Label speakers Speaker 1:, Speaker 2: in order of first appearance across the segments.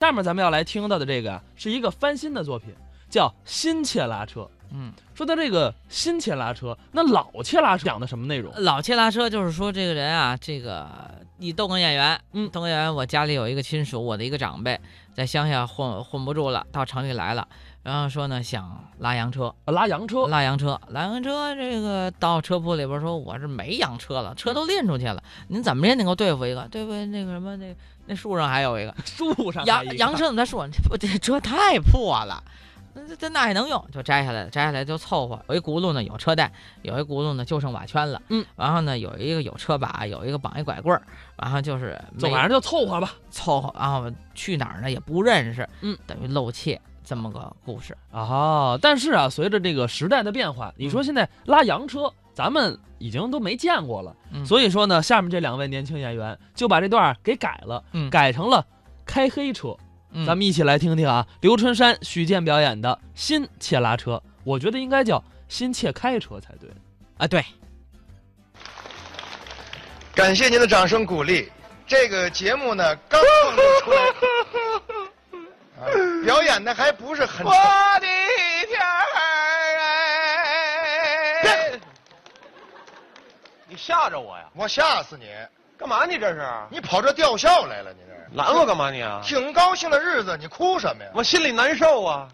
Speaker 1: 下面咱们要来听到的这个啊，是一个翻新的作品，叫《新切拉车》。
Speaker 2: 嗯，
Speaker 1: 说到这个新切拉车，那老切拉车讲的什么内容？
Speaker 2: 老切拉车就是说这个人啊，这个你逗哏演员，
Speaker 1: 嗯
Speaker 2: 逗哏演员，我家里有一个亲属，我的一个长辈在乡下混混不住了，到城里来了，然后说呢想拉洋车，
Speaker 1: 啊拉洋车，
Speaker 2: 拉洋车，拉洋车，这个到车铺里边说我是没洋车了，车都练出去了，您怎么也得给我对付一个，对付那个什么那那树上还有一个，
Speaker 1: 树上还一
Speaker 2: 洋
Speaker 1: 个
Speaker 2: 洋车怎么在树上？这不这车太破了，那这这那也能用，就摘下来了，摘下来就凑合。有一轱辘呢有车带，有一轱辘呢就剩瓦圈了，
Speaker 1: 嗯，
Speaker 2: 然后呢有一个有车把，有一个绑一拐棍儿，然后就是没
Speaker 1: 总反正就凑合吧。
Speaker 2: 凑合，然后去哪儿呢也不认识，
Speaker 1: 嗯，
Speaker 2: 等于露怯这么个故事。
Speaker 1: 啊，但是啊，随着这个时代的变化，你
Speaker 2: 嗯
Speaker 1: 说现在拉洋车，咱们已经都没见过了。
Speaker 2: 嗯
Speaker 1: 所以说呢，下面这两位年轻演员就把这段儿给改了，
Speaker 2: 嗯
Speaker 1: 改成了开黑车。
Speaker 2: 嗯
Speaker 1: 咱们一起来听听啊，刘春山、许健表演的新切拉车，我觉得应该叫新切开车才对。
Speaker 2: 啊对，
Speaker 3: 感谢您的掌声鼓励。这个节目呢，刚创立出来， 啊表演的还不是很
Speaker 4: 我。的天儿哎！你吓着我呀？
Speaker 3: 我吓死你！
Speaker 4: 干嘛你这是？
Speaker 3: 你跑这吊孝来了，你这
Speaker 4: 拦我干嘛你啊？
Speaker 3: 挺高兴的日子，你哭什么呀？
Speaker 4: 我心里难受啊！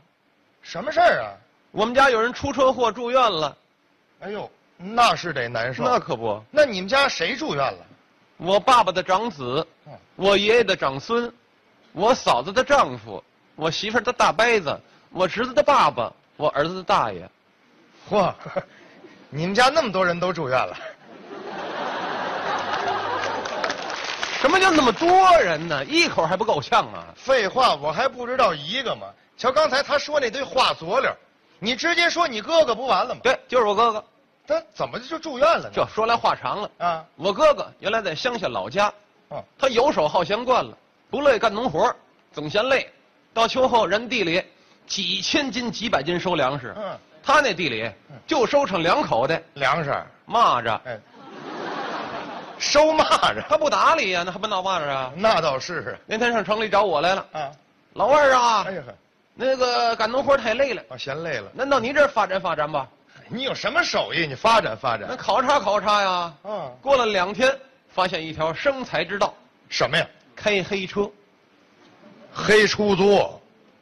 Speaker 3: 什么事儿啊？
Speaker 4: 我们家有人出车祸住院了，
Speaker 3: 哎呦，那是得难受。
Speaker 4: 那可不，
Speaker 3: 那你们家谁住院了？
Speaker 4: 我爸爸的长子，
Speaker 3: 嗯
Speaker 4: 我爷爷的长孙，我嫂子的丈夫，我媳妇儿的大伯子，我侄子的爸爸，我儿子的大爷。
Speaker 3: 嚯， 你们家那么多人都住院了，
Speaker 4: 什么叫那么多人呢？一口还不够呛啊！
Speaker 3: 废话我还不知道一个吗？瞧刚才他说那堆话佐料，你直接说你哥哥不完了吗？
Speaker 4: 对，就是我哥哥。
Speaker 3: 他怎么就住院了呢？
Speaker 4: 这说来话长了。
Speaker 3: 啊，
Speaker 4: 我哥哥原来在乡下老家，
Speaker 3: 哦，
Speaker 4: 他游手好闲惯了，不乐意干农活儿，总嫌累。到秋后，人地里几千斤、几百斤收粮食，
Speaker 3: 嗯，
Speaker 4: 他那地里
Speaker 3: 嗯
Speaker 4: 就收成两口袋
Speaker 3: 粮食。
Speaker 4: 蚂蚱，
Speaker 3: 哎，收蚂蚱，
Speaker 4: 他不搭理呀、那还不闹蚂蚱啊？
Speaker 3: 那倒是
Speaker 4: 那天上城里找我来了，
Speaker 3: 啊。
Speaker 4: 老二啊
Speaker 3: 哎，呀呵，
Speaker 4: 那个干农活儿太累了，
Speaker 3: 我嫌累了。
Speaker 4: 难道你这儿发展发展吧？
Speaker 3: 你有什么手艺？你发展发
Speaker 4: 那
Speaker 3: 展。
Speaker 4: 考察考察呀。
Speaker 3: 嗯，
Speaker 4: 过了两天，发现一条生财之道，
Speaker 3: 什么呀？
Speaker 4: 开黑车
Speaker 3: 黑出租，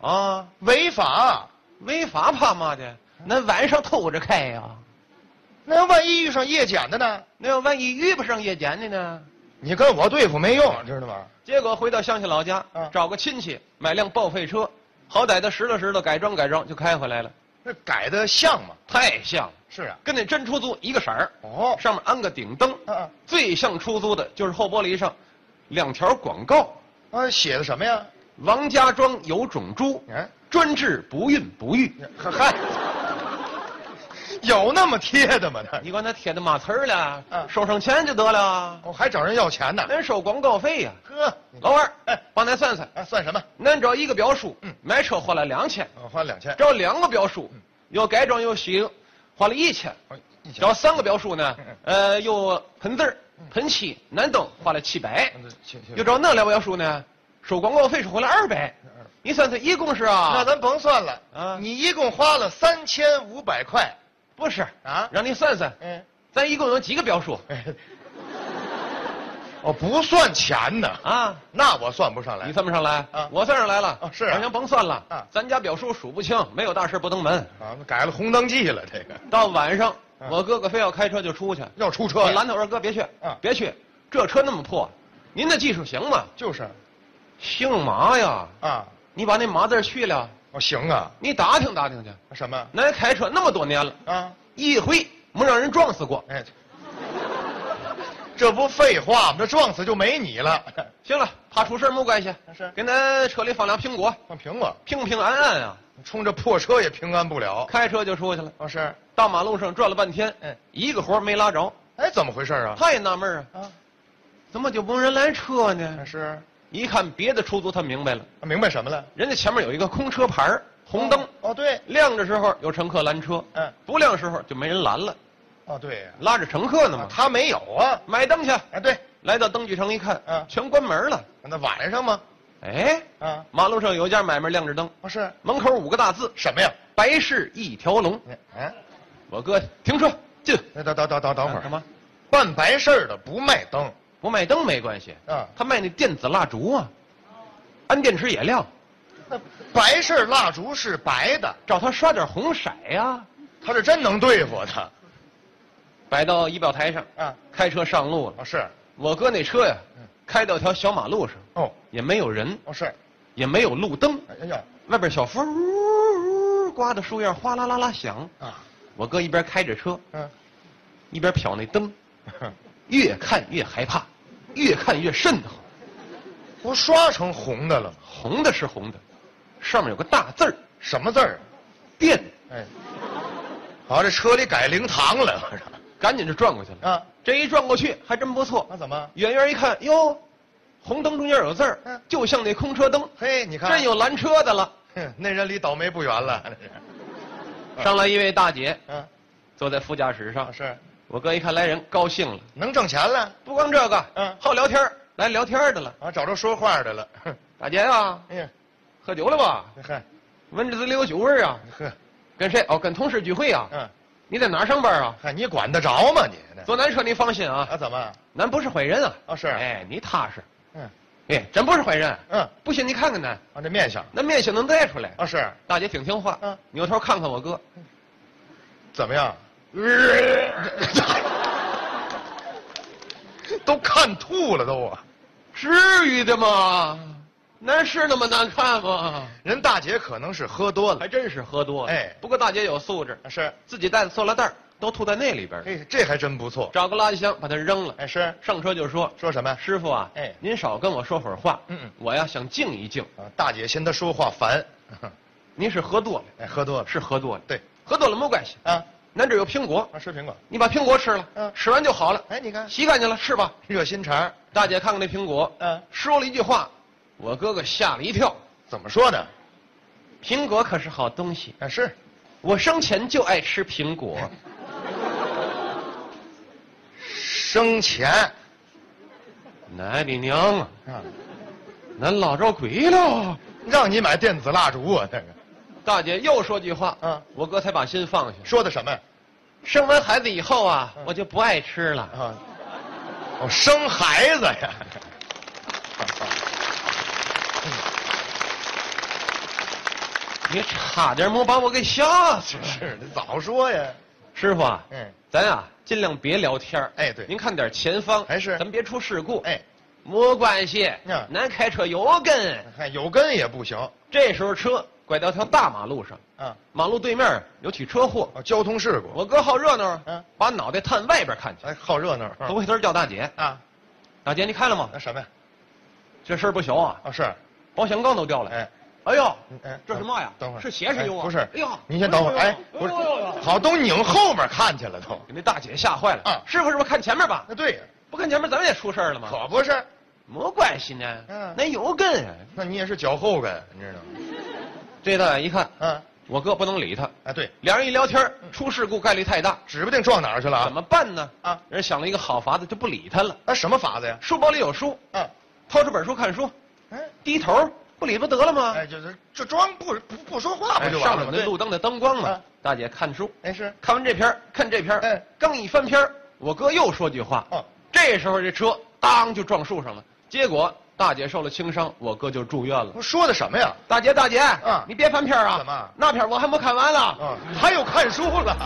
Speaker 4: 啊。
Speaker 3: 违法。
Speaker 4: 违法怕嘛的？那晚上偷着开呀、
Speaker 3: 那万一遇上夜检的呢？
Speaker 4: 那要万一遇不上夜检的呢？
Speaker 3: 你跟我对付没用，知道吗？
Speaker 4: 结果回到乡下老家，
Speaker 3: 嗯
Speaker 4: 找个亲戚买辆报废车，好歹的拾掇拾掇，改装改装就开回来了，
Speaker 3: 那改的像吗？
Speaker 4: 太像了，
Speaker 3: 是啊。
Speaker 4: 跟那真出租一个色儿。
Speaker 3: 哦，
Speaker 4: 上面安个顶灯，
Speaker 3: 嗯嗯
Speaker 4: 最像出租的就是后玻璃上两条广告：
Speaker 3: 啊，写的什么呀？
Speaker 4: 王家庄有种猪，
Speaker 3: 哎，
Speaker 4: 专治不孕不育。
Speaker 3: 啊嗨，有那么贴的吗？那
Speaker 4: 你管他贴的嘛词儿了？
Speaker 3: 嗯
Speaker 4: 收上钱就得了，
Speaker 3: 我还找人要钱呢。
Speaker 4: 人收广告费呀、
Speaker 3: 呵，
Speaker 4: 老二
Speaker 3: 哎，
Speaker 4: 帮咱算算，
Speaker 3: 啊，算什么？
Speaker 4: 恁找一个表叔，
Speaker 3: 嗯
Speaker 4: 买车花了两千；
Speaker 3: 我花两千。
Speaker 4: 找两个表叔，又改装又洗，花了一千；
Speaker 3: 哦一千
Speaker 4: 找三个表叔呢
Speaker 3: 嗯嗯，
Speaker 4: 呃，又喷字儿、喷漆、南灯，花了七百；
Speaker 3: 嗯对去去
Speaker 4: 又找那两个表叔呢，收广告费是花了二百
Speaker 3: 嗯。
Speaker 4: 你算算，一共是啊？
Speaker 3: 那咱甭算了
Speaker 4: 啊
Speaker 3: 你一共花了三千五百块
Speaker 4: 不是
Speaker 3: 啊？
Speaker 4: 让你算算，
Speaker 3: 嗯，
Speaker 4: 咱一共有几个表叔
Speaker 3: 我哦不算钱呢，
Speaker 4: 啊？
Speaker 3: 那我算不上来。
Speaker 4: 你算不上来
Speaker 3: 啊，
Speaker 4: 我算上来了
Speaker 3: 哦。是啊
Speaker 4: 行，甭算了
Speaker 3: 啊。
Speaker 4: 咱家表叔数不清，没有大事不登门。
Speaker 3: 啊，改了红灯记了，这个
Speaker 4: 到晚上，
Speaker 3: 嗯
Speaker 4: 我哥哥非要开车就出去，
Speaker 3: 要出车
Speaker 4: 我
Speaker 3: 呀
Speaker 4: 拦他，我说哥别去
Speaker 3: 嗯，
Speaker 4: 别去，这车那么破，您的技术行吗？
Speaker 3: 就是
Speaker 4: 姓马呀，
Speaker 3: 啊，
Speaker 4: 你把那马字去了，
Speaker 3: 我行啊，
Speaker 4: 你打听打听去。
Speaker 3: 什么
Speaker 4: 咱开车那么多年了，
Speaker 3: 啊？
Speaker 4: 一回没让人撞死过。
Speaker 3: 哎，这不废话吗？这撞死就没你了。
Speaker 4: 行了，怕出事儿没关系，
Speaker 3: 是
Speaker 4: 给咱车里放俩苹果，
Speaker 3: 放苹果，
Speaker 4: 平平安安啊。
Speaker 3: 冲着破车也平安不了。
Speaker 4: 开车就出去了，
Speaker 3: 老师，
Speaker 4: 到马路上转了半天，
Speaker 3: 嗯
Speaker 4: 一个活儿没拉着，
Speaker 3: 哎，怎么回事啊？
Speaker 4: 他也纳闷儿啊，
Speaker 3: 啊，
Speaker 4: 怎么就没人来车
Speaker 3: 老
Speaker 4: 呢？
Speaker 3: 师，
Speaker 4: 一看别的出租，他明白了。
Speaker 3: 啊明白什么了？
Speaker 4: 人家前面有一个空车牌儿红灯
Speaker 3: 哦，哦，对，
Speaker 4: 亮的时候有乘客拦车，
Speaker 3: 嗯，
Speaker 4: 不亮时候就没人拦了，
Speaker 3: 哦对，
Speaker 4: 拉着乘客呢
Speaker 3: 啊
Speaker 4: 嘛。
Speaker 3: 他没有啊，
Speaker 4: 买灯去，
Speaker 3: 哎对，
Speaker 4: 来到灯具城一看，
Speaker 3: 嗯
Speaker 4: 全关门了。
Speaker 3: 那晚上嘛，
Speaker 4: 哎，
Speaker 3: 啊，
Speaker 4: 马路上有一家买卖亮着灯，
Speaker 3: 不是
Speaker 4: 门口五个大字
Speaker 3: 什么呀？
Speaker 4: “白事一条龙
Speaker 3: 你哎，”。
Speaker 4: 我哥停车进，啊
Speaker 3: 那等等等等等会儿，
Speaker 4: 干嘛？
Speaker 3: 办白事儿的不卖灯
Speaker 4: 不卖灯没关系，
Speaker 3: 啊，
Speaker 4: 他卖那电子蜡烛啊，安电池也亮，
Speaker 3: 那白事儿蜡烛是白的，
Speaker 4: 找他刷点红色呀、
Speaker 3: 他是真能对付他
Speaker 4: 摆到仪表台上，
Speaker 3: 啊。
Speaker 4: 开车上路了。
Speaker 3: 哦是，
Speaker 4: 我哥那车呀
Speaker 3: 嗯，
Speaker 4: 开到条小马路上，
Speaker 3: 哦
Speaker 4: 也没有人，
Speaker 3: 哦是，
Speaker 4: 也没有路灯，
Speaker 3: 哎呀
Speaker 4: 外边小风呜呜刮的树叶哗啦啦啦响。
Speaker 3: 啊，
Speaker 4: 我哥一边开着车，
Speaker 3: 嗯，
Speaker 4: 一边瞟那灯，越看越害怕，越看越瘆得慌。
Speaker 3: 不刷成红的了吗？
Speaker 4: 红的是红的，上面有个大字儿
Speaker 3: 什么字儿？啊
Speaker 4: “电
Speaker 3: 哎，好，这车里改灵堂了，我说”，
Speaker 4: 赶紧就转过去了。
Speaker 3: 啊，
Speaker 4: 这一转过去还真不错
Speaker 3: 那，怎么？
Speaker 4: 远远一看，哟，红灯中间有个字儿
Speaker 3: 嗯，
Speaker 4: 就像那空车灯，
Speaker 3: 嘿，你看，
Speaker 4: 真有拦车的了。
Speaker 3: 哼，那人离倒霉不远了，那是，啊
Speaker 4: 上来一位大姐，
Speaker 3: 嗯，
Speaker 4: 坐在副驾驶
Speaker 3: 啊
Speaker 4: 上。
Speaker 3: 是，
Speaker 4: 我哥一看来人，高兴了。
Speaker 3: 能挣钱了
Speaker 4: 不光这个，
Speaker 3: 嗯
Speaker 4: 好聊天儿来聊天儿的了。
Speaker 3: 啊，找着说话的了，哼
Speaker 4: 大姐啊，
Speaker 3: 哎呀，
Speaker 4: 喝酒了吧？
Speaker 3: 嗨，
Speaker 4: 闻着嘴里有酒味儿啊。
Speaker 3: 呵，
Speaker 4: 跟谁？哦，跟同事聚会啊。
Speaker 3: 嗯，
Speaker 4: 你在哪儿上班啊？
Speaker 3: 嗨，你管得着吗你？那
Speaker 4: 坐南车，你放心啊，
Speaker 3: 啊，怎么？
Speaker 4: 咱不是坏人啊。
Speaker 3: 哦是
Speaker 4: 哎，你踏实。
Speaker 3: 嗯
Speaker 4: 哎，真不是坏人。
Speaker 3: 嗯，
Speaker 4: 不信你看看咱，
Speaker 3: 啊，这面相
Speaker 4: 那面相能带出来。
Speaker 3: 啊是，
Speaker 4: 大姐挺听话
Speaker 3: 嗯，
Speaker 4: 扭头看看我哥，
Speaker 3: 怎么 样？都看吐了都啊！
Speaker 4: 至于的吗？难是那么难看吗？
Speaker 3: 人大姐可能是喝多了
Speaker 4: 还，真是喝多了。
Speaker 3: 哎
Speaker 4: 不过大姐有素质，
Speaker 3: 啊是，
Speaker 4: 自己带的塑料袋儿都吐在那里边儿，
Speaker 3: 哎，这还真不错，
Speaker 4: 找个垃圾箱把它扔了。
Speaker 3: 哎是，
Speaker 4: 上车就说
Speaker 3: 说什么：“呀？
Speaker 4: 师傅啊，
Speaker 3: 哎
Speaker 4: 您少跟我说会儿话，
Speaker 3: 嗯嗯
Speaker 4: 我呀想静一静。
Speaker 3: 啊，大姐嫌他说话烦，
Speaker 4: 您是喝多了，
Speaker 3: 哎，喝多了
Speaker 4: 是喝多了，
Speaker 3: 对
Speaker 4: 喝多了没关系。
Speaker 3: 啊，
Speaker 4: 咱这儿有苹果，
Speaker 3: 啊，吃苹果，
Speaker 4: 你把苹果吃了，
Speaker 3: 嗯
Speaker 4: 吃完就好了，
Speaker 3: 哎，你看
Speaker 4: 洗干净了吃吧。”
Speaker 3: 热心肠，
Speaker 4: 大姐看看那苹果，
Speaker 3: 嗯，
Speaker 4: 说了一句话，我哥哥吓了一跳。
Speaker 3: 怎么说呢？
Speaker 4: 苹果可是好东西，
Speaker 3: 啊是，
Speaker 4: 我生前就爱吃苹 果。
Speaker 3: 生前
Speaker 4: 奶你娘啊，
Speaker 3: 啊，
Speaker 4: 咱老着鬼了。
Speaker 3: 让你买电子蜡烛啊，那个
Speaker 4: 大姐又说句话，
Speaker 3: 嗯
Speaker 4: 我哥才把心放下。
Speaker 3: 说的什么呀？
Speaker 4: 生完孩子以后啊，
Speaker 3: 嗯
Speaker 4: 我就不爱吃了。
Speaker 3: 啊，哦，生孩子呀。
Speaker 4: 你差点没把我给吓死了。
Speaker 3: 是，你早说呀。
Speaker 4: 师傅啊，
Speaker 3: 嗯，
Speaker 4: 咱啊尽量别聊天儿
Speaker 3: 哎对
Speaker 4: 您看点前方，
Speaker 3: 还是
Speaker 4: 咱别出事故。，
Speaker 3: 哎，
Speaker 4: 没关系
Speaker 3: 嗯，
Speaker 4: 咱开车有根。
Speaker 3: 看有根也不行
Speaker 4: 这时候车拐到条大马路上，
Speaker 3: 啊，
Speaker 4: 马路对面有起车祸，
Speaker 3: 哦交通事故。
Speaker 4: 我哥好热闹，啊
Speaker 3: 嗯
Speaker 4: 把脑袋探外边看去，
Speaker 3: 哎，好热闹。
Speaker 4: 不回头叫大姐，
Speaker 3: 啊，
Speaker 4: 大姐你看了吗
Speaker 3: 那？什么呀？
Speaker 4: 这事儿不小啊，
Speaker 3: 啊，是，
Speaker 4: 保险杠都掉了。
Speaker 3: 哎，
Speaker 4: 哎呦
Speaker 3: 嗯哎，
Speaker 4: 这什么呀？
Speaker 3: 等会儿
Speaker 4: 是鞋是油啊？
Speaker 3: 哎不是，
Speaker 4: 哎呦，
Speaker 3: 您先等会儿。哎，不
Speaker 4: 不
Speaker 3: 是
Speaker 4: 是，，
Speaker 3: 好，都拧后面看去了都。
Speaker 4: 给那大姐吓坏了。
Speaker 3: 啊
Speaker 4: 师傅是不是看前面吧？
Speaker 3: 那对呀，
Speaker 4: 不看前面，咱们也出事儿了吗？
Speaker 3: 可不是，
Speaker 4: 没关系呢
Speaker 3: 嗯，
Speaker 4: 那有根啊。
Speaker 3: 那你也是脚后跟，你知道吗？
Speaker 4: 这大姐一看，
Speaker 3: 啊，
Speaker 4: 我哥不能理他，
Speaker 3: 哎，对，
Speaker 4: 俩人一聊天儿，出事故概率太大，
Speaker 3: 指不定撞哪儿去了
Speaker 4: 怎
Speaker 3: 嗯啊。
Speaker 4: 么办呢？
Speaker 3: 啊，
Speaker 4: 人想了一个好法子，就不理他了。
Speaker 3: 那什么法子呀？
Speaker 4: 书包里有书，
Speaker 3: 啊，
Speaker 4: 掏出本书看书，
Speaker 3: 哎，
Speaker 4: 低头不理不得了吗？
Speaker 3: 哎，就是就装不不不说话不
Speaker 4: 啊哎
Speaker 3: 就
Speaker 4: 上
Speaker 3: 完了
Speaker 4: 面有
Speaker 3: 吗？
Speaker 4: 那
Speaker 3: 对
Speaker 4: 路，灯的灯光嘛
Speaker 3: 啊。
Speaker 4: 大姐看书，
Speaker 3: 哎是，
Speaker 4: 看完这篇儿看这篇儿
Speaker 3: 哎
Speaker 4: 刚一翻篇儿我哥又说句话。
Speaker 3: 哦，
Speaker 4: 这时候这车当就撞树上了，结果大姐受了轻伤，我哥就住院了。
Speaker 3: 我说的什么呀？
Speaker 4: 大姐，大姐，
Speaker 3: 嗯
Speaker 4: 你别翻篇儿啊！哦
Speaker 3: 怎么
Speaker 4: 那篇儿我还没看完了。
Speaker 3: 啊，还有看书了。